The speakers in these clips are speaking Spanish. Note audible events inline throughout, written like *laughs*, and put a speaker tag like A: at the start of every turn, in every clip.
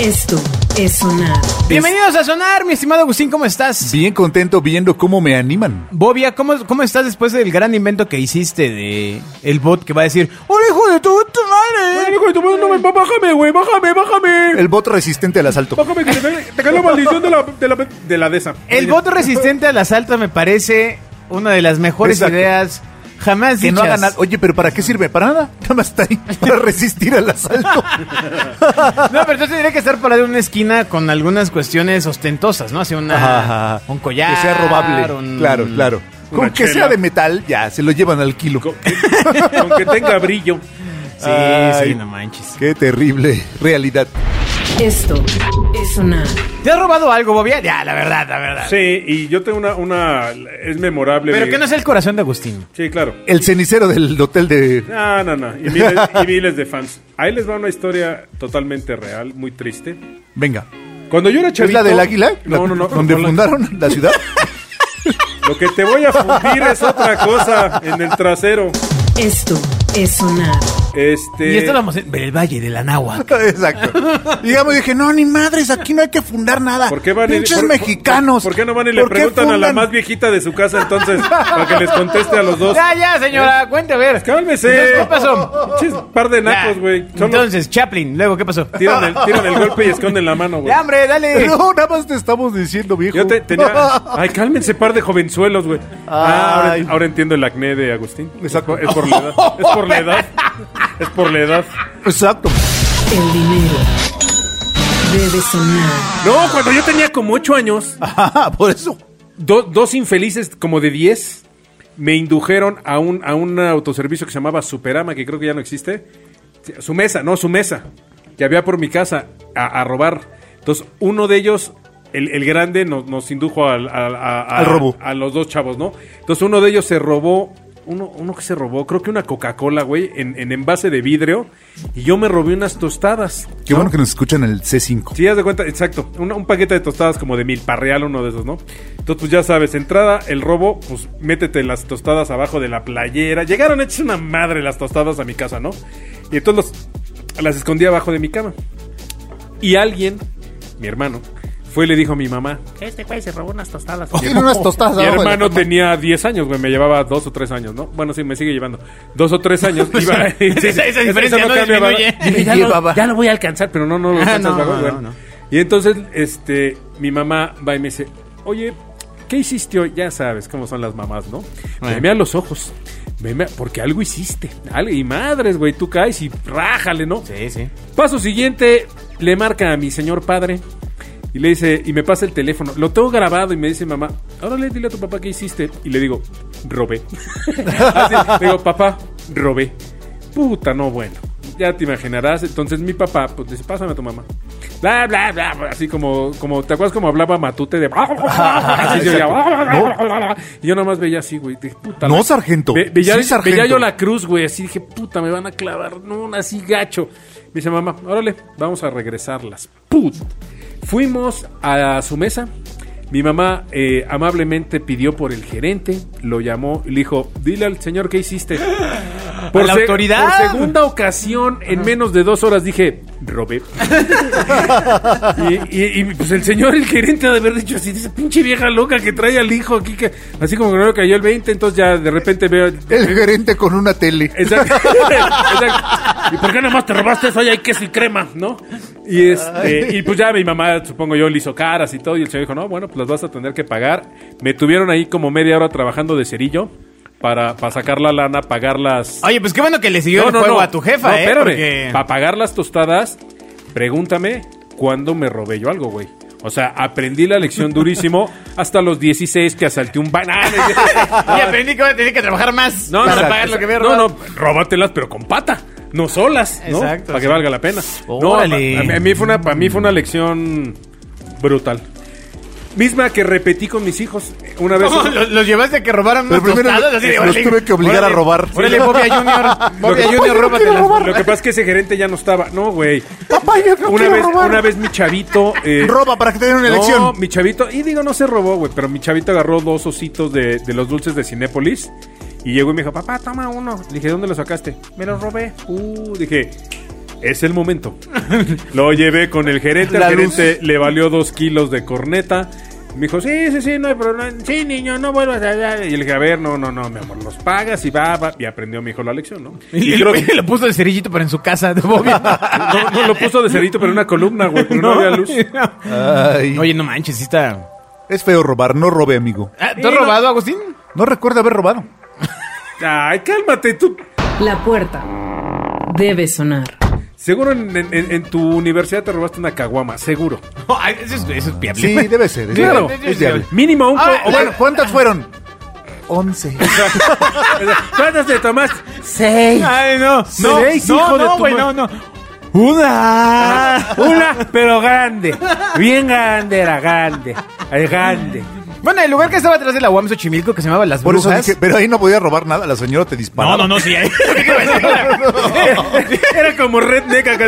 A: Esto es sonar.
B: Bienvenidos a Sonar, mi estimado Agustín, ¿cómo estás?
C: Bien contento viendo cómo me animan.
B: Bobia, ¿cómo, ¿cómo estás después del gran invento que hiciste de el bot que va a decir ¡Hola, hijo de tu, tu madre!
D: Hijo de tu madre, no me- bájame, güey, bájame, bájame.
C: El bot resistente al asalto.
D: Bájame que te cae, te cae la maldición de la de la de, la de esa.
B: El bot resistente al asalto me parece una de las mejores
C: Exacto.
B: ideas jamás
C: Que no
B: dichas.
C: haga nada. Oye, pero ¿para qué sirve? Para nada. Nada más está ahí para resistir al asalto.
B: *laughs* No, pero entonces tendría que estar parado en una esquina con algunas cuestiones ostentosas, ¿no? Así una...
C: Ajá.
B: un collar.
C: Que sea robable.
B: un-
C: Claro, claro.
D: Una
C: Con que
D: chela.
C: sea de metal, ya, se lo llevan al kilo.
D: Con que, con que tenga brillo.
B: Sí, sí,
C: Ay.
B: no manches.
C: Qué terrible realidad.
A: Esto es sonar.
B: ¿Te has robado algo, Bobia? Ya, la verdad, la verdad.
D: Sí, y yo tengo una una es memorable.
B: Pero
D: mi-
B: que no sea el corazón de Agustín.
D: Sí, claro.
C: El cenicero del hotel de...
D: No, no, no. Y miles, y miles de fans. Ahí les va una historia totalmente real, muy triste.
C: Venga.
D: Cuando yo era
C: ¿Es
D: chavito...
C: la del águila?
D: No, no,
C: *laughs*
D: no.
C: ¿Donde
D: Con la-
C: fundaron la
D: *laughs*
C: ciudad?
D: Lo que te voy a fundir es otra cosa en el trasero.
A: Esto es sonar.
D: Este...
B: Y estábamos en el Valle de la Nahua.
C: Exacto. Digamos, dije, no, ni madres, aquí no hay que fundar nada.
D: ¿Por qué van y-
C: Pinches
D: por- por-
C: mexicanos.
D: ¿Por, qué no van y le
C: ¿Por qué
D: preguntan a la
C: fundan?
D: más viejita de su casa entonces para que les conteste a
B: *laughs*
D: los dos?
B: Ya, ya,
C: Eh.
B: señora, cuente, a ver.
D: Cálmese.
B: Entonces, ¿Qué pasó?
D: Pinches par de nacos,
B: Ya.
D: güey. Solo
B: Entonces, Chaplin, luego, ¿qué pasó?
D: tiran el, tiran el golpe y esconden la mano, güey.
B: ¡Ya, hombre, dale!
C: *laughs*
D: *laughs*
C: No, nada más te estamos diciendo, viejo.
D: Yo te-
C: *laughs*
D: tenía. Ay, cálmense, par de jovenzuelos, güey. Ah,
C: Ay.
D: ahora, ahora entiendo el acné de Agustín.
C: Exacto.
D: Es por, es por la edad. Es por la edad. Es por la edad.
C: Exacto.
A: El dinero debe sonar.
D: No, cuando yo tenía como ocho años,
C: Ajá, Ah, por eso.
D: do- dos infelices como de 10 me indujeron a un, a un autoservicio que se llamaba Superama, que creo que ya no existe. Su mesa, no, su mesa, que había por mi casa a, a robar. Entonces, uno de ellos, el, el grande, nos, nos indujo al, al- a, a-
C: Al robo.
D: A los dos chavos, ¿no? Entonces, uno de ellos se robó. Uno, uno que se robó, creo que una Coca-Cola, güey, en, en envase de vidrio. Y yo me robé unas tostadas.
C: Qué bueno que nos escuchan el C5.
D: Sí, haz de cuenta, exacto. Una- un paquete de tostadas como de mil parreal, uno de esos, ¿no? Entonces, pues ya sabes, entrada, el robo, pues métete las tostadas abajo de la playera. Llegaron hechas una madre las tostadas a mi casa, ¿no? Y entonces los- las escondí abajo de mi cama. Y alguien, mi hermano, fue y le dijo a mi mamá.
E: Este güey se robó unas tostadas.
C: Tienen unas tostadas
D: Mi
C: abajo de la
D: hermano
C: cama.
D: tenía 10 años, güey, me llevaba 2 o 3 años, ¿no? Bueno, sí, me sigue llevando. 2 o 3 años. iba- *laughs*
B: esa- esa
D: eso
B: diferencia no
D: cambia, ¿verdad?
B: disminuye.
D: Dije, ya,
C: Llevaba.
D: lo, ya lo voy a alcanzar, pero no, no lo
B: Ah,
D: alcanzas,
B: no,
D: ¿verdad,
B: no,
D: güey?
B: no, no.
D: Y entonces, este, mi mamá va y me dice, oye, ¿qué hiciste hoy? Ya sabes cómo son las mamás, ¿no? Me mea los ojos. Me mea- porque algo hiciste. Algo- y madres, güey, tú caes y rájale, ¿no?
B: Sí, sí.
D: Paso siguiente, le marca a mi señor padre y le dice, y me pasa el teléfono. Lo tengo grabado y me dice mamá, órale, dile a tu papá qué hiciste. Y le digo, robé. *laughs* Así, le digo, papá, robé. Puta, no, bueno. Ya te imaginarás. Entonces mi papá, pues dice, pásame a tu mamá. Bla, bla, bla, bla. Así como, como, ¿te acuerdas como hablaba Matute de. Así yo, ya, *laughs* y yo nomás veía así, güey. Dije, puta,
C: No,
D: la-
C: sargento.
D: Ve- veía,
C: Sí, sargento.
D: veía yo la cruz, güey, así dije, puta, me van a clavar, no, así gacho. Me dice, mamá, órale, vamos a regresarlas. Put. Fuimos a su mesa. Mi mamá eh, amablemente pidió por el gerente, lo llamó y le dijo, dile al señor qué hiciste.
B: la autoridad.
D: Por segunda ocasión, en menos de dos horas, dije,
B: *laughs*
D: robé. Y, y- y, pues el señor, el gerente, ha de haber dicho así, esa pinche vieja loca que trae al hijo aquí, que así como que no le cayó el 20, entonces ya de repente veo...
C: El gerente con una tele. *laughs*
D: Exacto. Exacto. ¿Y por qué nomás te robaste eso? Ahí hay queso y crema, ¿no? Y, este, y pues ya mi mamá, supongo yo, le hizo caras y todo. Y el señor dijo, no, bueno, pues las vas a tener que pagar. Me tuvieron ahí como media hora trabajando de cerillo para, para sacar la lana, pagar las...
B: Oye, pues qué bueno que le siguió el juego a tu jefa,
D: No,
B: ¿eh?
D: espérame.
B: Porque-
D: Para pagar las tostadas, pregúntame cuándo me robé yo algo, güey. O sea, aprendí la lección durísimo hasta los 16 que asalté
B: *laughs*
D: un banano.
B: Y aprendí que voy a tener que trabajar más
D: No,
B: para
D: no,
B: pagar lo que me
D: no, no, róbatelas, pero con pata, no solas, ¿no?
B: Exacto,
D: Para que
B: sí.
D: valga la pena.
B: Órale.
D: No, pa- a mí- a mí fue una, para mí fue una lección brutal. Misma que repetí con mis hijos
B: *laughs*
D: una vez. *laughs*
B: ¿Cómo? ¿Los, los llevaste a que robaran
C: Pero
B: unas
C: primero
B: tostadas? Así de,
C: los
B: órale,
C: tuve que obligar a
B: órale,
C: robar.
B: Órale, Bobia Junior.
D: Lo que-
B: Bobia Junior, róbatelas.
D: Lo que pasa es que ese gerente ya no estaba. No, güey.
C: Papá, yo no
D: Una
C: quiero
D: vez,
C: robar.
D: una vez mi chavito. eh,
C: Roba para que te den una
D: No,
C: elección.
D: mi chavito, y digo, no se robó, güey, pero mi chavito agarró dos ositos de, de los dulces de Cinépolis y llegó y me dijo, papá, toma uno. Le dije, ¿dónde lo sacaste? Me lo robé. Uh, dije, es el momento. Lo llevé con el gerente,
B: La
D: el gerente le valió dos kilos de corneta. Me dijo, sí, sí, sí, no hay problema. Sí, niño, no vuelvas allá. Y le dije, a ver, no, no, no, mi amor, los pagas y va, va. Y aprendió mi hijo la lección, ¿no?
B: Y, lo, y lo puso de cerillito, pero en su casa. de
D: *laughs*
B: Bobby.
D: No, no, lo puso de cerito, pero en una columna, güey, pero no, había luz.
C: Ay,
B: Oye, no manches, sí está.
C: es feo robar, no robe, amigo.
B: Ah, ¿Te has robado,
D: *laughs*
B: Agustín?
C: No recuerdo haber robado.
D: Ay, cálmate, tú.
A: La puerta debe sonar.
D: Seguro en, en- en- en tu universidad te robaste una caguama, seguro.
B: Ay, eso es, eso es piable.
C: Sí, debe ser. es
D: Claro.
C: viable, Es viable.
D: Mínimo un...
C: Ah,
D: o
C: bueno,
D: bueno, *laughs*
C: ¿cuántas fueron? Once.
D: ¿Cuántas te tomaste?
B: Ay, no. No,
D: Seis,
B: no,
D: hijo de
B: no,
D: tu
B: güey, no,
D: madre.
B: no. Una.
D: Una, pero grande. Bien grande, era grande. Ay, Grande.
B: Bueno, el lugar que estaba atrás de la UAM Xochimilco que se llamaba Las
C: Por eso
B: Brujas.
C: dije, pero ahí no podía robar nada, la señora te disparó.
B: no, no, no, sí. ahí.
D: *laughs* Era como redneck acá.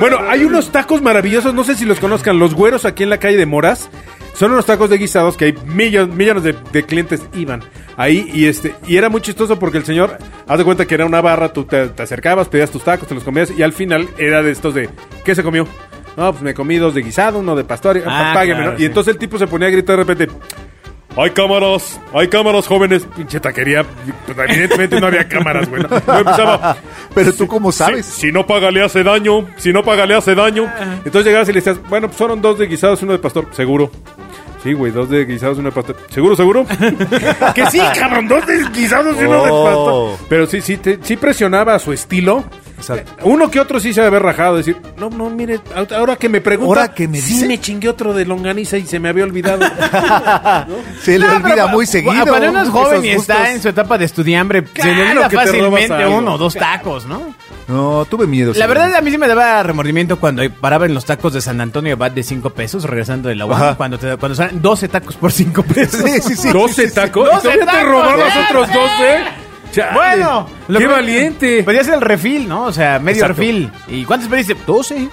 D: Bueno, hay unos tacos maravillosos, no sé si los conozcan, los güeros aquí en la calle de Moras. Son unos tacos de guisados que hay millones, millones de, de clientes iban ahí y este y era muy chistoso porque el señor, haz de cuenta que era una barra, tú te, te acercabas, pedías tus tacos, te los comías y al final era de estos de, ¿qué se comió? No, pues me comí dos de guisado, uno de pastor,
B: Ah,
D: págueme,
B: claro,
D: ¿no?
B: sí.
D: Y entonces el tipo se ponía a gritar de repente, hay cámaras, hay cámaras, jóvenes. Pinche taquería, pues, evidentemente no había cámaras, güey. ¿no? Yo empezaba,
C: Pero tú cómo pues
D: si,
C: sabes.
D: si no paga le hace daño, si no paga le hace daño. Entonces llegabas y le decías, bueno, pues fueron dos de guisados, uno de pastor, seguro. Sí, güey, dos de guisados, uno de pastor. ¿Seguro, seguro? *laughs* que sí, cabrón, dos de guisados y uno de
C: Oh.
D: pastor. Pero sí, sí, te- sí presionaba a su estilo.
C: Exacto.
D: Uno que otro sí se había rajado, decir, no, no, mire, ahora que me pregunta,
C: Ahora que me
D: sí
C: dice.
D: me chingué otro de longaniza y se me había olvidado.
C: Se le
B: No,
C: olvida
B: pero
C: muy
B: pa-
C: seguido.
B: Cuando uno es joven
C: esos
B: y
C: gustos.
B: está en su etapa de estudiambre, pues, se le
D: Claro
B: olvida
D: que te
B: fácilmente
D: robas algo.
B: uno o dos tacos, ¿no?
C: No, tuve miedo.
B: La
C: Pues sí.
B: verdad, a mí sí me daba remordimiento cuando paraba en los tacos de San Antonio Abad de 5 pesos regresando de la UAM.
C: Ajá.
B: Cuando, te, cuando salen 12 tacos por 5 pesos.
C: Sí, *laughs* sí, sí.
D: 12 tacos. ¿Y
B: 12
D: todavía te
B: tacos,
D: robaron los
B: ¡eh!
D: otros 12? Chale,
B: *laughs* Bueno, lo
D: qué
B: que-
D: valiente.
B: Podías el refil, ¿no? O sea, medio
C: Exacto.
B: refil. ¿Y cuántos pediste? 12.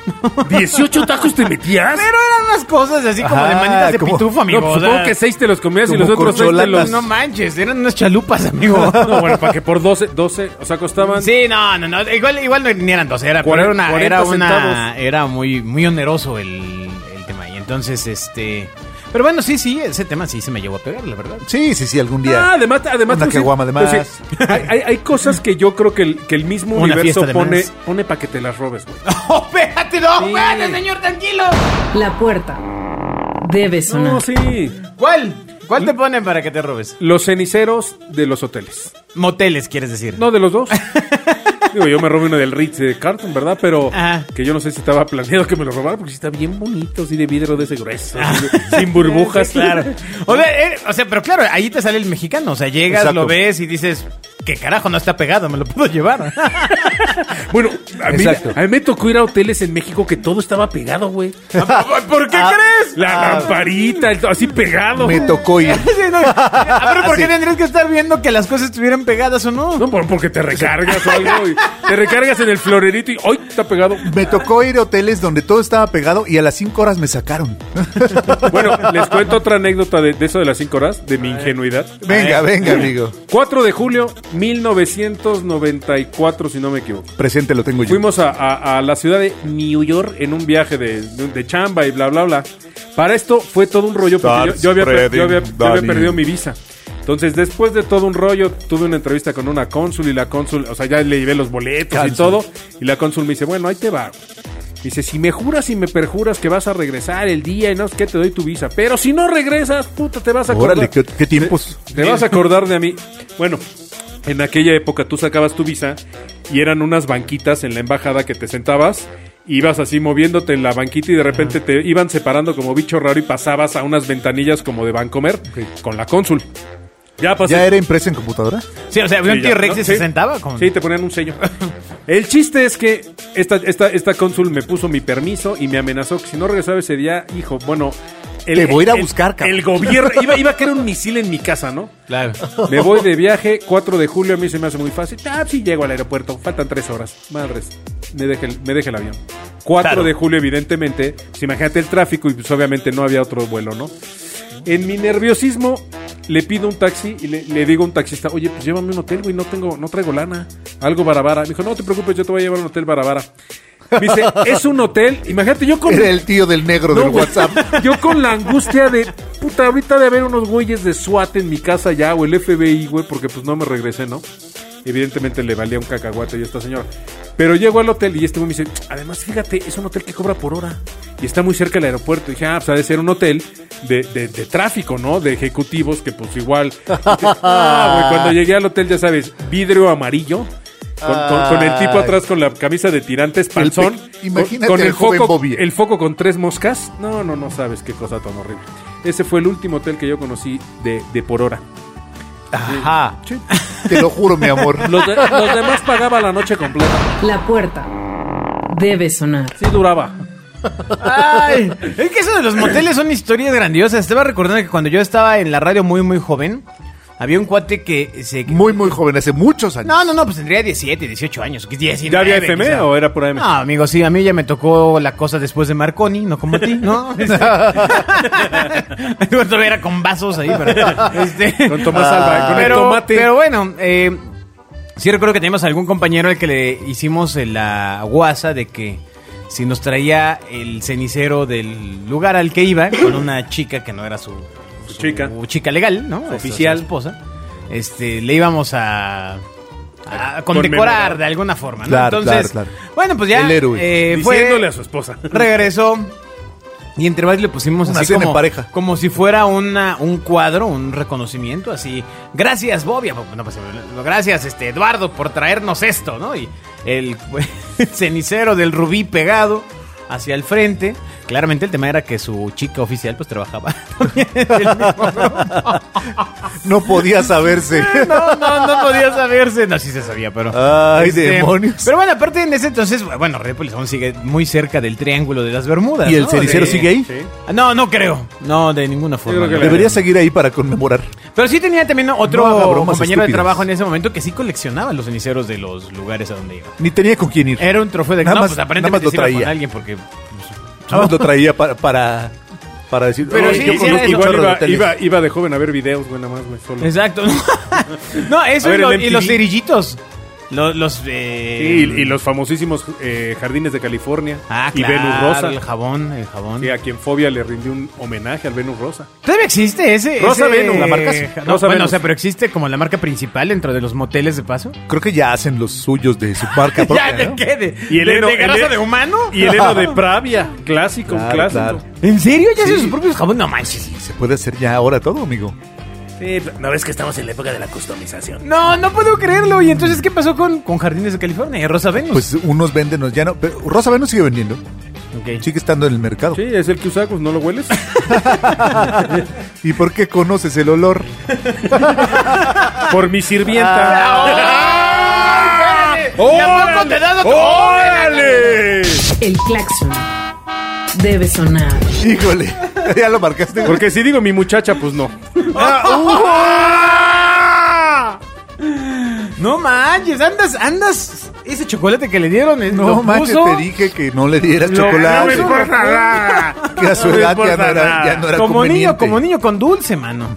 D: 18 tacos te metías. *laughs*
B: Pero eran unas cosas así como de
C: Ajá,
B: manitas de
C: como-
B: pitufo, amigo.
D: no, pues,
B: o sea,
D: supongo que 6 te los comías y
C: como
D: los otros 6 te los.
C: corcholatas.
B: No manches, eran unas chalupas, *laughs* amigo.
D: No, bueno, para que por 12, 12, o sea, costaban. Ah,
B: Sí, no, no, no. Igual, igual no, ni eran 12, era, pero era una,
D: 40
B: era, una-
D: centavos.
B: era muy, muy oneroso el, el tema. Y entonces, este. Pero bueno, sí, sí, ese tema sí se me llevó a pegar, la verdad.
C: Sí, sí, sí, algún
D: Ah,
C: día.
D: además, además.
C: Una
D: pues, sí,
C: caguama de
D: pues, sí.
C: más.
D: hay, hay- hay cosas que yo creo que el, que el mismo
B: Una
D: universo
B: fiesta de
D: pone,
B: más.
D: pone para que te las robes, güey.
B: *laughs* ¡Oh, espérate, no!
D: Sí.
B: espérate, señor, tranquilo!
A: La puerta debe sonar.
D: No, sí.
B: ¿Cuál? ¿Cuál te ponen para que te robes?
D: Los ceniceros de los hoteles.
B: Moteles, quieres decir.
D: No, de
B: *laughs*
D: los dos. Digo, yo me robé uno del Ritz de Carton, ¿verdad? Pero
B: Ajá.
D: que yo no sé si estaba planeado que me lo robara, porque sí está bien bonito, así de vidrio de ese grueso, así de-
B: *laughs*
D: sin burbujas.
B: Ah. claro. O sea, eh, o sea, pero claro, ahí te sale el mexicano. O sea, llegas,
C: Exacto.
B: lo ves y dices, ¿qué carajo no está pegado? Me lo puedo llevar.
D: Bueno, a mí,
C: Exacto.
D: a mí me tocó ir a hoteles en México que todo estaba pegado, güey.
B: Ah,
D: Ah,
B: ¿Por qué crees? Ah.
D: La lamparita, el- así pegado.
C: Me tocó ir.
B: *laughs* Sí, no. A ver, Ah, ¿por qué
C: Sí.
B: tendrías que estar viendo que las cosas estuvieran pegadas o no?
D: No, por- porque te recargas o algo. y te recargas en el florerito y ¡ay! Está pegado.
C: Me tocó ir a hoteles donde todo estaba pegado y a las 5 horas
B: *laughs*
C: me sacaron.
D: Bueno, les cuento otra anécdota de, de eso de las cinco horas, de mi ingenuidad.
C: Venga, venga, amigo.
D: 4 de julio 1994, si no me equivoco.
C: Presente lo tengo yo.
D: Fuimos a, a- a la ciudad de New York en un viaje de, de- de chamba y bla, bla, bla. Para esto fue todo un rollo porque yo,
C: Start
D: yo había, per- yo había-
C: spreading,
D: yo había
C: Dani.
D: perdido mi visa. Entonces, después de todo un rollo, tuve una entrevista con una cónsul y la cónsul, o sea, ya le llevé los boletos y
C: Cónsul.
D: todo. Y la cónsul me dice, bueno, ahí te va. Dice, si me juras y me perjuras que vas a regresar el día y no sé qué, te doy tu visa. Pero si no regresas, puta, te vas a acordar.
C: Órale, ¿qué, qué tiempos?
D: Te vas a acordar de a mí. Bueno, en aquella época tú sacabas tu visa y eran unas banquitas en la embajada que te sentabas. Ibas así moviéndote en la banquita y de repente te iban separando como bicho raro y pasabas a unas ventanillas como de Bancomer con la cónsul. Ya pasé.
C: ¿Ya era impresa en computadora?
B: Sí, o sea, había
D: Sí,
B: un
D: ya,
B: tío Rex
D: ¿no?
B: y se
D: Sí.
B: sentaba como.
D: Sí, te ponían un sello. El chiste es que esta, esta, esta cónsul me puso mi permiso y me amenazó que si no regresaba ese día, hijo, bueno... El,
C: Te voy a ir a
D: el-
C: buscar, cabrón.
D: El gobierno... Iba, iba a caer un misil en mi casa, ¿no?
B: Claro.
D: *laughs* Me voy de viaje, 4 de julio, a mí se me hace muy fácil. Ah, sí, llego al aeropuerto, faltan 3 horas. Madres, me deje el, me deja el avión. 4
B: Claro.
D: de julio, evidentemente, pues, imagínate el tráfico y pues obviamente no había otro vuelo, ¿no? En mi nerviosismo, Le pido un taxi y le, le digo a un taxista, oye, pues llévame a un hotel, güey, no tengo, no traigo lana, algo barabara. Me dijo, no te preocupes, yo te voy a llevar a un hotel barabara. Me dice, es un hotel, imagínate, yo
C: *laughs*
D: con
C: Era el tío del negro
D: no,
C: del
D: güey.
C: WhatsApp.
D: *laughs* Yo con la angustia de, puta, ahorita de haber unos güeyes de SWAT en mi casa ya, o el FBI, güey, porque pues no me regresé, ¿no? Evidentemente le valía un cacahuate a esta señora. Pero llego al hotel y este güey me dice, además, fíjate, es un hotel que cobra por hora. Y está muy cerca del aeropuerto. Y dije, ah, pues ha de ser un hotel de, de- de tráfico, ¿no? De ejecutivos que
C: *laughs*
D: pues igual... Ah, güey, cuando llegué al hotel, ya sabes, vidrio amarillo. Con, con- con el tipo
C: Ay.
D: atrás con la camisa de tirantes, panzón.
C: pe- imagínate
D: con, con el,
C: al joven
D: foco,
C: Bobby.
D: el foco con tres moscas. No, no, no sabes qué cosa tan horrible. Ese fue el último hotel que yo conocí de, de por hora.
B: Ajá.
C: Te lo juro, mi amor.
D: Los,
C: *laughs*
D: de- los demás pagaba la noche completa.
A: La puerta debe sonar.
D: Sí duraba.
B: Ay, es que eso de los moteles son historias grandiosas. Estaba recordando que cuando yo estaba en la radio muy, muy joven, había un cuate que se...
C: Muy, muy joven, hace muchos años.
B: No, no, no, pues tendría 17, 18 años. 19,
D: ¿Ya había FM
B: quizá.
D: o era por AM?
B: No, amigo, sí, a mí ya me tocó la cosa después de Marconi, no como a ti,
D: *laughs*
B: ¿no? Este- *laughs* Yo todavía era con vasos ahí, pero... este-
D: Con Tomás Alba, con el
B: pero,
D: tomate.
B: pero bueno, eh, sí recuerdo que teníamos algún compañero al que le hicimos eh, la guasa de que si nos traía el cenicero del lugar al que iba con una chica que no era su,
D: Su chica.
B: chica legal, ¿no? Esta,
D: oficial.
B: su esposa. Este, le íbamos a, a condecorar
D: conmemorar.
B: de alguna forma, ¿no?
C: Claro,
B: Entonces,
C: claro,
B: bueno, pues ya
C: El héroe.
B: eh,
D: Diciéndole
B: fue-
D: a su *laughs* esposa.
B: *laughs* regresó y entre varios le pusimos
C: Una
B: así
C: cena
B: como,
C: en pareja.
B: como si fuera una, un cuadro, un reconocimiento, así, gracias Bobby, ah, no, pues, gracias este, Eduardo por traernos esto, ¿no? Y el *laughs* cenicero del rubí pegado hacia el frente, claramente el tema era que su chica oficial pues trabajaba *laughs* también en el mismo grupo.
C: No podía saberse.
B: No, no, no podía saberse. No, sí se sabía, pero. este,
C: Ay, demonios.
B: Pero bueno, aparte en ese entonces, bueno, República aún sigue muy cerca del Triángulo de las Bermudas.
C: ¿Y el
B: ¿no?
C: cenicero
B: De-
C: sigue ahí?
D: Sí.
B: No, no creo. No, de ninguna forma.
D: creo que
B: no.
D: la-
C: Debería seguir ahí para conmemorar.
B: Pero sí tenía también otro
C: No haga
B: compañero
C: bromas
B: de
C: estúpidas.
B: trabajo en ese momento que sí coleccionaba los ceniceros de los lugares a donde iba.
C: Ni tenía con quién ir.
B: Era un trofeo de
C: Nada
B: no,
C: más-
B: pues,
C: nada más
B: aparentemente
C: lo
B: sí iba con
C: traía.
B: alguien porque pues,
C: Nada más lo traía para, para, para decir.
B: Pero
C: "Oye,
B: sí,
C: yo
B: sí
C: conozco
B: era
C: un
B: eso.
D: Igual
C: chorro de
D: iba,
C: hoteles".
D: iba- iba de joven a ver videos, güey, nada más, güey, solo.
B: Exacto. *laughs* no, eso
D: A ver,
B: y, lo-
D: el
B: y los
D: MTV.
B: cerillitos. Los, los eh,
D: Sí, y, y los famosísimos eh, jardines de California.
B: Ah,
D: y
B: claro,
D: Venus Rosa.
B: el jabón, el jabón.
D: Sí, a quien Fobia le rindió un homenaje al Venus Rosa.
B: Todavía existe ese.
D: Rosa
B: ese-
D: Venus, la
B: No,
D: marca. Rosa
B: bueno,
D: Venus.
B: o sea, pero existe como la marca principal dentro de los moteles de paso.
C: Creo que ya hacen los suyos de su
B: *laughs*
C: marca propia. ¿no?
B: quede.
D: Y el heno- el he-
B: humano?
D: Y el heno *laughs* de Pravia. Clásico, un
C: Claro,
D: clásico.
C: claro.
B: ¿En serio? ¿Ya hacen
C: Sí.
B: sus propios jabones? No manches.
C: Se puede hacer ya ahora todo, amigo.
D: Sí, pero-
E: ¿No ves que estamos en la época de la customización?
B: No, no puedo creerlo. ¿Y entonces qué pasó con, con Jardines de California y Rosa Venus?
C: Pues unos venden, unos ya no. Pero Rosa Venus sigue vendiendo.
B: Ok.
C: Sigue estando en el mercado.
D: Sí, es el que usamos, ¿no lo hueles?
C: ¿Y por qué conoces el olor? *laughs*
D: Por mi
B: ¡Ah!
C: ¡Ah!
D: sirvienta.
B: Tampoco te he dado tu-
C: ¡Oh!
D: ¡Órale!
A: El claxon debe sonar.
C: Híjole. *laughs* Ya lo marcaste. güey.
D: Porque si digo mi muchacha, pues no.
B: No manches, andas, andas. Ese chocolate que le dieron. eh,
C: No
B: lo
C: manches,
B: puso
C: te dije que no le dieras
B: Lo- no me
C: chocolate.
B: importa
D: nada.
C: que a su
D: No me
C: edad ya no
D: importa
C: era,
D: nada.
C: ya no era
B: como niño,
C: conveniente.
B: como niño con dulce, mano.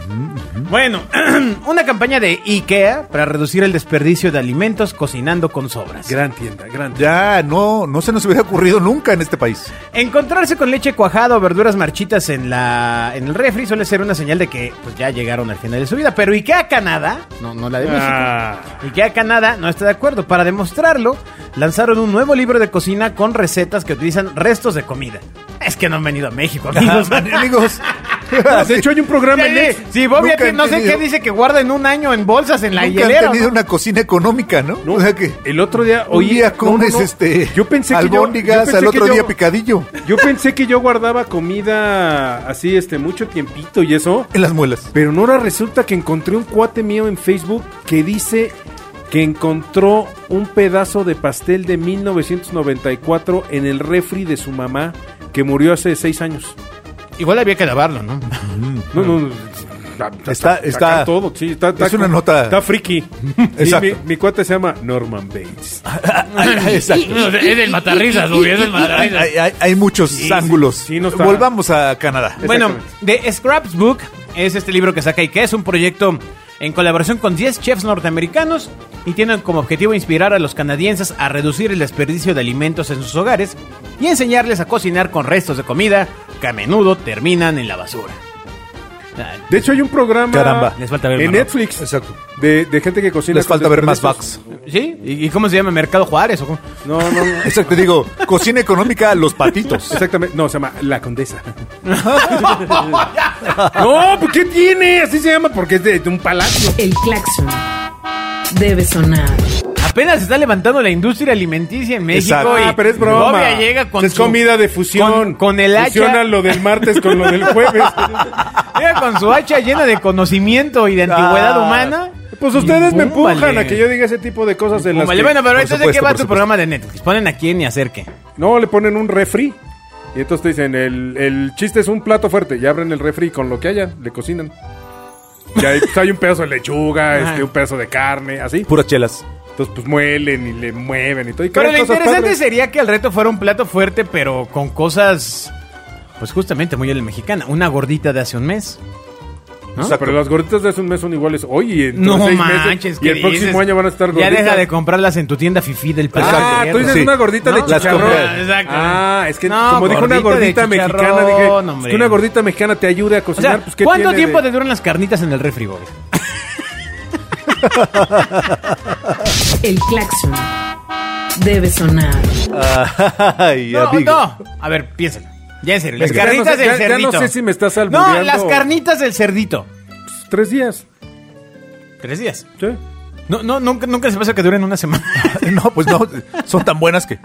B: Bueno, *clears throat* una campaña de IKEA para reducir el desperdicio de alimentos cocinando con sobras.
D: Gran tienda, gran tienda.
C: Ya, no, no se nos hubiera ocurrido nunca en este país.
B: Encontrarse con leche cuajada o verduras marchitas en la en el refri suele ser una señal de que pues ya llegaron al final de su vida. Pero IKEA Canadá, no, no la de
D: Ah.
B: México. IKEA Canadá no está de acuerdo. Para demostrarlo, lanzaron un nuevo libro de cocina con recetas que utilizan restos de comida. Es que no han venido a
C: *laughs*
B: México,
C: Ah,
B: amigos.
C: amigos.
D: De hecho, hay un programa en E.
B: Sí,
D: Netflix.
B: sí, Bobby,
C: Nunca
B: aquí no sé
C: entendido.
B: qué dice que guarden un año en bolsas en la
C: Nunca han
B: hielera. ¿no?
C: tenido una cocina económica, ¿no?
D: No,
C: O sea que
D: el otro día
C: un
D: oí.
C: día comes
D: no, no, no.
C: este
D: Yo pensé que yo- yo
C: albóndigas,
D: pensé
C: al otro
D: que yo-
C: día picadillo
D: Yo pensé que yo guardaba comida así, este, mucho tiempito y eso.
C: en las muelas.
D: Pero no, ahora resulta que encontré un cuate mío en Facebook que dice que encontró un pedazo de pastel de 1994 en el refri de su mamá que murió hace seis años.
B: Igual había que lavarlo, ¿no?
D: No, no, no.
C: Está-
D: Acá
C: está-
D: todo, sí, está, está
C: es una
D: como-
C: nota- *laughs*
D: Está friki.
C: Exacto. Ah,
D: Y mi, mi cuate se llama Norman Bates.
C: Exacto.
E: es del matarrisas, Bobby, es del
C: Hay,
E: matarrisas.
C: hay- hay muchos ángulos.
D: sí, no está-
C: Volvamos a Canadá.
B: Bueno,
D: Exactamente.
B: de Scrapsbook es este libro que saca IKEA. Es un proyecto en colaboración con 10 chefs norteamericanos y tienen como objetivo inspirar a los canadienses a reducir el desperdicio de alimentos en sus hogares y enseñarles a cocinar con restos de comida que a menudo terminan en la basura. Ah,
D: De hecho, hay un programa
C: Caramba.
B: Les falta ver
D: en
B: más.
D: Netflix
C: Exacto.
D: de, de gente que cocina.
C: Les
D: con
C: falta ver más
D: desperdicios.
C: bugs.
B: ¿Sí? ¿Y y cómo se llama? ¿Mercado Juárez? o cómo?
D: No, no, no.
C: Exacto, digo, cocina económica, los patitos.
D: Exactamente. No, se llama
B: *laughs*
D: La Condesa. no, ¿por qué tiene? Así se llama porque es de, de un palacio.
A: El claxon debe sonar.
B: Apenas está levantando la industria alimenticia en México.
C: Exacto.
B: y
D: Ah, pero es broma.
B: Bobia llega con
D: es
B: su-
D: comida de fusión.
B: con- con el hacha.
D: Fusiona lo del martes con lo del
B: *laughs*
D: jueves.
B: Llega con su hacha llena de conocimiento y de antigüedad
C: Ah,
B: humana.
D: Pues ustedes me empujan
B: Púmbale.
D: a que yo diga ese tipo de cosas en las
B: Púmbale.
D: que-
B: Bueno, pero
C: por
B: entonces ¿de qué
C: supuesto,
B: va
C: por
B: tu
C: supuesto.
B: programa de Netflix? Ponen a quién y acerque.
D: No, le ponen un refri. Y entonces te dicen, el, el chiste es un plato fuerte. Y abren el refri y con lo que haya, le cocinan. Y ahí pues, hay un pedazo de
B: *laughs*
D: lechuga,
B: Ajá.
D: este, un pedazo de carne, así.
C: Puras chelas.
D: Entonces pues muelen y le mueven y todo. Y
B: Pero
D: crean
B: lo
D: cosas
B: interesante
D: padres.
B: sería que el reto fuera un plato fuerte, pero con cosas, pues justamente muy a la mexicana. Una gordita de hace un mes. ¿no?
D: O sea, pero las gorditas de hace un mes son iguales hoy y en
B: No
D: seis
B: manches,
D: meses, y
B: ¿qué
D: el próximo
B: dices?
D: año van a estar gorditas.
B: Ya deja de comprarlas en tu tienda fifi del pasado.
D: Ah,
C: Exacto.
D: tú dices
C: Sí.
D: una gordita de
B: No,
C: las
D: chicharrón.
C: compré.
B: Exacto.
D: Ah, es que
B: No,
D: como dijo una
B: gordita
D: gordita
B: de
D: mexicana,
B: chicharrón,
D: dije, es
B: hombre.
D: que una gordita mexicana te ayude a
B: O
D: cocinar,
B: sea,
D: pues ¿qué
B: ¿cuánto
D: tiene
B: tiempo
D: de-
B: te duran las carnitas en el refri, Bobby?
A: El claxon debe sonar.
C: *laughs* Ay,
B: No,
C: amigo.
B: no. A ver, piénsalo. Ya en serio. Las
D: Es que ya
B: carnitas
D: no sé-
B: del
D: ya- ya
B: cerdito.
D: no sé si me estás
B: No,
D: albureando
B: las
D: o-
B: carnitas del cerdito.
D: Tres días.
B: Tres días.
D: ¿sí?
B: No, no, nunca, nunca se pasa que duren una semana.
C: *laughs*
D: *laughs*
C: No, pues no, son tan buenas que.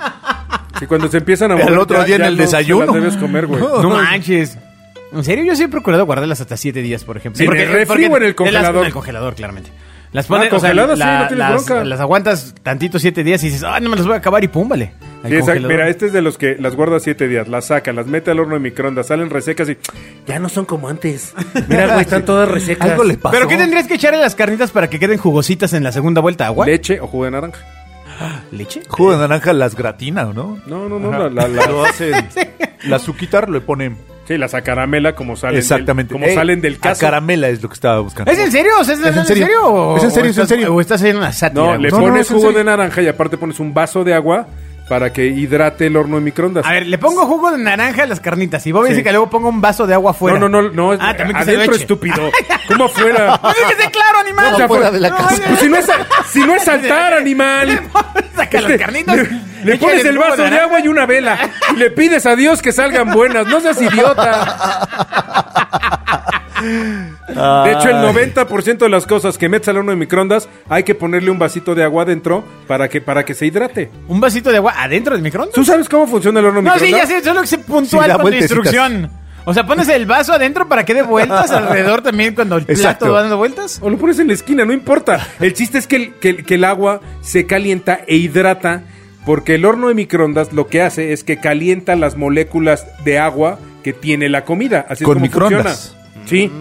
D: Y cuando se
C: *laughs*
D: empiezan a
C: El
D: mover,
C: otro
D: ya-
C: día en
D: ya
C: el
D: no se las
C: desayuno.
D: debes comer,
C: *laughs*
D: güey.
C: No.
B: No manches. En serio, yo sí he procurado guardarlas hasta siete días, por ejemplo.
D: ¿En el refri o en el
B: de las-
D: congelador?
B: en el congelador, claramente. Las pones,
D: Ah,
B: o sea,
D: congeladas,
B: la-
D: sí, no tienes
B: las,
D: bronca.
B: las aguantas tantito siete días y dices, ah, no me las voy a acabar y pum, vale. al
D: Sí, exacto.
B: congelador.
D: Mira, este es de los que las guarda siete días, las saca, las mete al horno de microondas, salen resecas y
E: Ya no son como
C: *laughs*
E: antes. Mira, güey, están todas resecas.
C: Algo le pasó.
B: ¿Pero qué tendrías que echarle a las carnitas para que queden jugositas en la segunda vuelta? ¿Agua?
D: leche o jugo de naranja.
B: ¿Leche?
C: Jugo de naranja las gratina, ¿no?
D: No, no, no. La, la, la-
C: Lo hacen. La azuquitar le ponen.
D: sí, las acaramela como salen.
C: Exactamente.
D: Del, como
C: Eh,
D: salen del
C: a
D: caso.
C: caramela es lo que estaba buscando.
B: ¿Es en serio? O sea, ¿Es, en serio? o-
C: Es en serio,
B: o
C: es en
B: estás-
C: serio.
B: ¿O estás haciendo una sátira?
D: No,
B: güey?
D: le
C: No, no,
D: pones
C: es en
D: jugo
C: serio.
D: de naranja y aparte pones un vaso de agua para que hidrate el horno de microondas.
B: A ver, le pongo jugo de naranja a las carnitas. Y vos dice
D: Sí.
B: que luego pongo un vaso de agua afuera.
D: No, no, no, no.
B: Ah, también que se lo
D: adentro,
B: eche. *laughs*
D: estúpido. ¿Cómo afuera?
B: Pues es que esté claro, animal.
D: O sea,
F: fuera de la casa.
D: Pues, pues si, no es, a- si
B: *laughs*
D: no es saltar, animal.
B: Saca las carnitas.
D: Le, le
B: échale
D: pones el
B: jugo
D: vaso de
B: naranja.
D: agua y una vela. Y le pides a Dios que salgan buenas. No seas idiota. De hecho, el 90% de las cosas que metes al horno de microondas hay que ponerle un vasito de agua adentro para que, para que se hidrate.
B: Un vasito de agua adentro del microondas.
D: ¿Tú sabes cómo funciona el horno de
B: No, sí,
D: microondas?
B: ya sé, solo que se puntual
C: Sí, da
B: con tu
C: vueltecitas.
B: instrucción. O sea, pones el vaso adentro para que dé vueltas alrededor también cuando el plato
C: Exacto.
B: va dando vueltas.
D: O lo pones en la esquina, no importa. El chiste es que el, que el- que el agua se calienta e hidrata porque el horno de microondas lo que hace es que calienta las moléculas de agua que tiene la comida. Así
C: Con
D: es como
C: microondas.
D: funciona. Sí,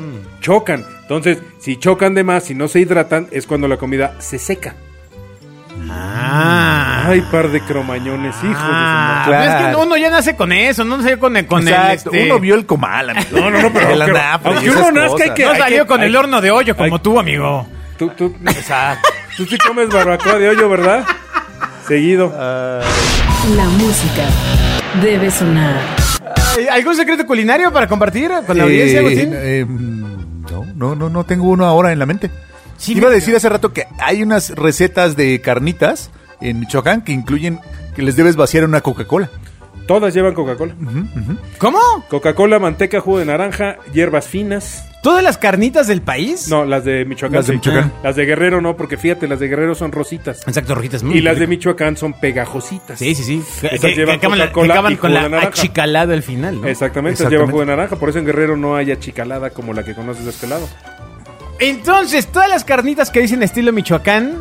D: chocan. Entonces, si chocan de más, si no se hidratan, es cuando la comida se seca.
B: Ah.
D: Ay, par de cromañones, hijos de su
B: Ah,
C: madre.
D: madre.
B: pero Es
C: Claro.
B: que uno ya nace con eso, no nace con el, con
C: Exacto,
B: el este,
C: uno vio el comal, amigo.
D: No, no, no,
C: *laughs*
D: pero-
C: El
D: pero-
C: anafre y
D: aunque
C: esas
D: uno nazca hay
C: cosas.
D: que-
B: No salió
D: que-
B: con
D: hay-
B: el horno de hoyo como tú, amigo.
D: Tú, tú, tú sí comes barbacoa de hoyo, ¿verdad? Seguido.
C: Ah.
A: La música debe sonar.
B: Ay, ¿Algún secreto culinario para compartir con la audiencia,
C: Eh,
B: Agustín?
C: eh, no, no, no, no tengo uno ahora en la mente.
B: Sí,
C: Iba a
B: mira.
C: decir hace rato que hay unas recetas de carnitas en Michoacán que incluyen que les debes vaciar una Coca-Cola.
D: Todas llevan Coca-Cola.
B: ¿Cómo?
D: Coca-Cola, manteca, jugo de naranja, hierbas finas.
B: ¿Todas las carnitas del país?
D: No, las de Michoacán.
C: Las de
D: sí.
C: Michoacán.
D: Las de Guerrero no, porque fíjate, las de Guerrero son rositas.
B: Exacto, rojitas. mm,
D: Y las de
B: rico.
D: Michoacán son pegajositas.
B: Sí, sí, sí. Que,
D: Esas
B: que- que
D: llevan
B: acaban, la- que
D: Coca-Cola
B: acaban
D: y
B: con
D: jugo de
B: la
D: naranja.
B: achicalada al final, ¿no?
D: Exactamente, esas
C: Exactamente.
D: llevan jugo de naranja. Por eso en Guerrero no hay achicalada como la que conoces de este lado.
B: Entonces, todas las carnitas que dicen estilo Michoacán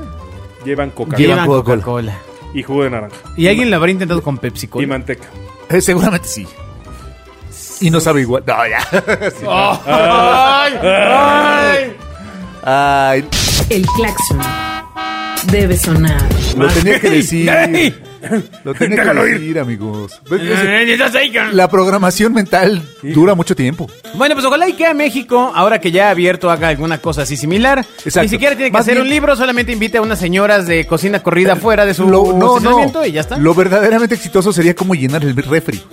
D: Llevan coca
C: Llevan
B: llevan
C: Coca-Cola.
B: Coca-Cola.
D: y jugo de naranja.
B: Y alguien lo habrá intentado con Pepsi
D: Y
B: Cola.
C: *laughs*
D: manteca.
C: Eh, seguramente sí. Y no sabe igual. No, ya. *laughs* Sí.
B: ¡Ay! ¡Ay!
C: Ay,
A: El claxon debe sonar.
C: lo tenía que decir.
B: ¡Ey!
C: Lo tiene que
D: Déjalo ir.
C: decir, amigos. Ves que se-
B: Estás ahí, cabrón.
C: La programación mental dura mucho tiempo.
B: Bueno, pues ojalá y que a México, ahora que ya ha abierto, haga alguna cosa así similar.
C: Exacto.
B: Ni siquiera tiene que
C: Más
B: hacer
C: bien-
B: un libro, solamente invite a unas señoras de cocina
D: Eh,
B: corrida fuera de su
C: Lo, no, no.
B: estacionamiento y ya está.
C: Lo verdaderamente exitoso sería como llenar el refri. *laughs*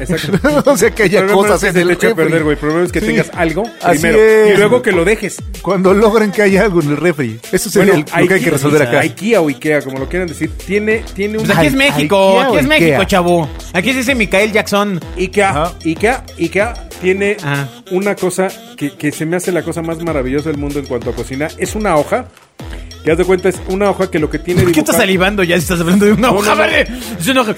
D: Exacto.
C: o sea, que haya
D: El problema
C: cosas
D: es que
C: en
D: se
C: el
D: te eche a
C: refri.
D: perder, güey. El problema es que
C: Sí.
D: tengas algo
C: Así
D: primero
C: es.
D: y luego que lo dejes.
C: Cuando logren que haya algo en el refri. Eso sería el- lo que hay que resolver acá.
D: IKEA o IKEA, como lo quieran decir, tiene, tiene un
B: Pues aquí
C: Ay,
B: es México,
C: Ikea
B: aquí
C: o
B: es México,
C: Ikea.
B: chavo. Aquí se dice Michael Jackson.
D: IKEA,
C: Ajá.
D: IKEA, IKEA tiene
B: Ajá.
D: una cosa que, que se me hace la cosa más maravillosa del mundo en cuanto a cocina. Es una hoja. Que haz de cuenta, es una hoja que lo que tiene.
B: ¿Por qué estás
D: dibujado-
B: salivando ya si estás hablando de una
D: No,
B: hoja,
D: no, no.
B: vale? Es una hoja.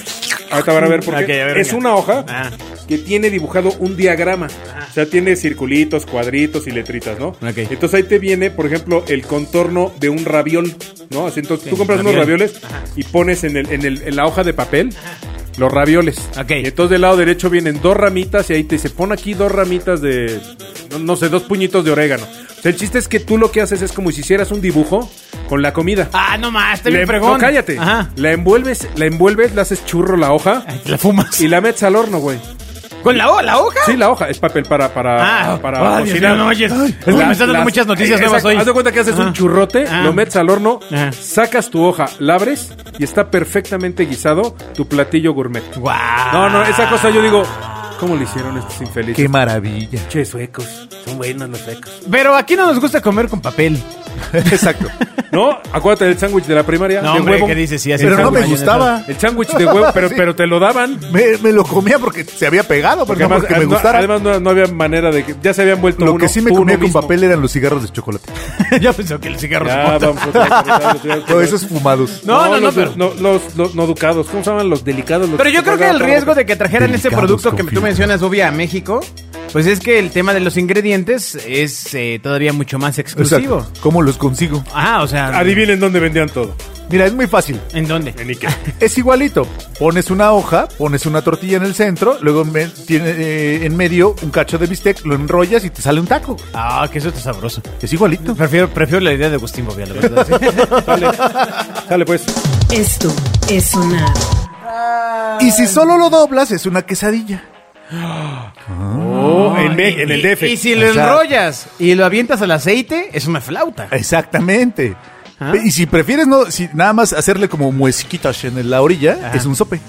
D: Ahorita van a ver por qué.
B: Ok, a ver,
D: es
B: venga.
D: una hoja
B: Ah.
D: que tiene dibujado un diagrama. O sea, tiene circulitos, cuadritos y letritas, ¿no?
B: Ok.
D: Entonces ahí te viene, por ejemplo, el contorno de un raviol, ¿no? Así, entonces
B: Sí,
D: tú compras unos
B: raviol.
D: ravioles y pones en, el, en, el- en la hoja de papel los ravioles.
B: Ok.
D: Y entonces del lado derecho vienen dos ramitas y ahí te dice, pon aquí dos ramitas de, no, no sé, dos puñitos de orégano. O sea, el chiste es que tú lo que haces es como si hicieras un dibujo con la comida.
B: Ah, no más, está
D: Le-
B: bien fregón.
D: no, cállate.
B: Ajá.
D: La envuelves, la envuelves, le haces churro la hoja
B: Ay, La fumas.
D: y la metes al horno, güey.
B: ¿Con la, ho- la hoja?
D: Sí, la hoja es papel para para
B: Ah,
D: para
B: ay, Dios mío, no oyes. Ay, es que me están dando muchas noticias
D: Eh, exacto.
B: nuevas hoy.
D: Haz de cuenta que haces
B: Ah.
D: un churrote,
B: Ah.
D: lo metes al horno,
B: Ah.
D: sacas tu hoja, la abres y está perfectamente guisado tu platillo gourmet.
B: Guau.
D: No, no, esa cosa yo digo, ¿cómo le hicieron estos infelices?
C: Qué
D: *laughs*
C: maravilla.
E: Che, suecos. Son buenos los suecos.
B: Pero aquí no nos gusta comer con papel.
C: Exacto.
D: No, acuérdate del sándwich de la primaria,
B: No,
D: de
B: hombre,
D: huevo.
B: ¿qué dices? Sí, así
C: Pero
B: es
C: no
B: algo
C: me
B: mayonesa.
C: gustaba.
D: El sándwich de huevo,
C: *laughs*
D: pero
C: Sí.
D: pero te lo daban.
C: Me, me lo comía porque se había pegado, pero
D: Porque
C: no
D: además, ah,
C: porque me
D: no-
C: gustara.
D: además no, no había manera de que ya se habían vuelto
C: lo
D: uno,
C: que sí me
D: uno
C: comía con
D: mismo.
C: papel eran los cigarros de chocolate.
B: *laughs* Yo pensé que el cigarro se
D: Ya,
B: bota.
D: vamos otra vez a ver,
C: Todos esos fumados.
B: No, no, no,
D: los,
B: pero-
D: no, los, los no educados, ¿cómo se llaman? Los delicados. los
B: Pero yo creo que el
D: pagaban
B: riesgo
D: todo.
B: de que trajeran este
C: Delicados
B: producto
C: con
B: que tú
C: fibra.
B: mencionas, obvia, a México, pues es que el tema de los ingredientes es eh, todavía mucho más exclusivo.
C: Exacto. ¿Cómo los consigo?
B: Ah, o sea,
D: Adivinen dónde vendían todo.
C: Mira, es muy fácil.
B: ¿en dónde?
D: En Ikea.
C: Es igualito. Pones una hoja, pones una tortilla en el centro, luego me- tiene, eh, en medio un cacho de bistec, lo enrollas y te sale un taco.
B: *laughs* Ah, que eso está sabroso.
C: Es igualito.
B: Prefiero, prefiero la idea de Agustín Bobia, la verdad.
C: *laughs*
B: sí.
D: Sale, sale pues.
A: Esto es sonar.
C: Y si solo lo doblas, es una quesadilla.
D: Oh, en,
B: Y-
D: Me- en el DF.
B: Y, si lo
C: O sea- Eh,
B: enrollas y lo avientas al aceite, es una flauta.
C: Exactamente.
B: Ah.
C: Y si prefieres no, si nada más hacerle como muesquitas en la orilla,
B: Ajá.
C: es un sope.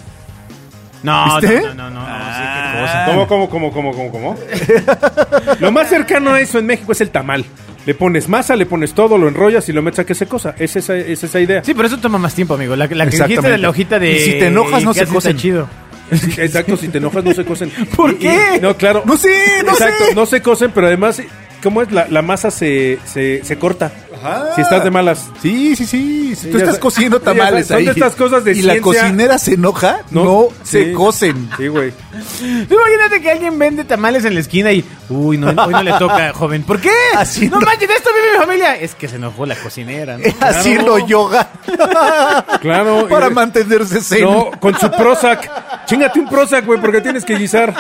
B: No,
C: ¿Viste? Ah.
B: no, no, no, no, no, sí, qué cosa.
D: ¿Cómo, cómo, cómo, cómo,
B: *laughs*
D: cómo, cómo? lo más cercano a eso en México es el tamal. Le pones masa, le pones todo, lo enrollas y lo metes a que se cosa. Es esa, es esa idea.
B: Sí, pero eso toma más tiempo, amigo. La, la que dijiste
C: Exactamente.
B: de la hojita de...
C: Y si te enojas, no
B: que
C: se
B: hace está
C: cocen.
B: chido.
D: Sí, Exacto, si te enojas no se cocen.
B: *laughs* ¿Por
D: Y- y-
B: qué?
D: no, claro.
C: No sé, no
D: Exacto,
C: sé.
D: no se cocen, pero además, ¿cómo es? La, la masa se, se, se corta.
C: Ajá.
D: Si estás de malas.
C: Sí, sí, sí. Si tú
D: Ya
C: estás
D: sa-
C: cocinando
D: *laughs* ya sa-
C: tamales
D: son
C: ahí.
D: de estas cosas de
C: y la
D: ciencia.
C: cocinera se enoja, no, se
D: Sí.
C: cocen. *laughs*
D: Sí, güey.
B: Tú Imagínate que alguien vende tamales en la esquina y. Uy, no, hoy no le toca, joven. ¿Por qué?
C: Así
B: no,
C: no.
B: manches, de esto vive mi familia. Es que se enojó la cocinera.
C: *laughs*
B: ¿no?
C: Haciendo
D: *laughs*
C: yoga
D: Claro.
C: para
D: y-
C: mantenerse zen.
D: No, con su Prozac. Chingate un Prozac, güey, porque tienes que guisar.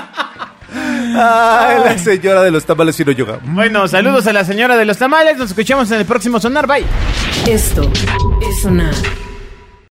C: Ay, la señora de los tamales haciendo yoga.
B: Bueno, saludos a la señora de los tamales. Nos escuchamos en el próximo sonar. Bye.
A: Esto es sonar.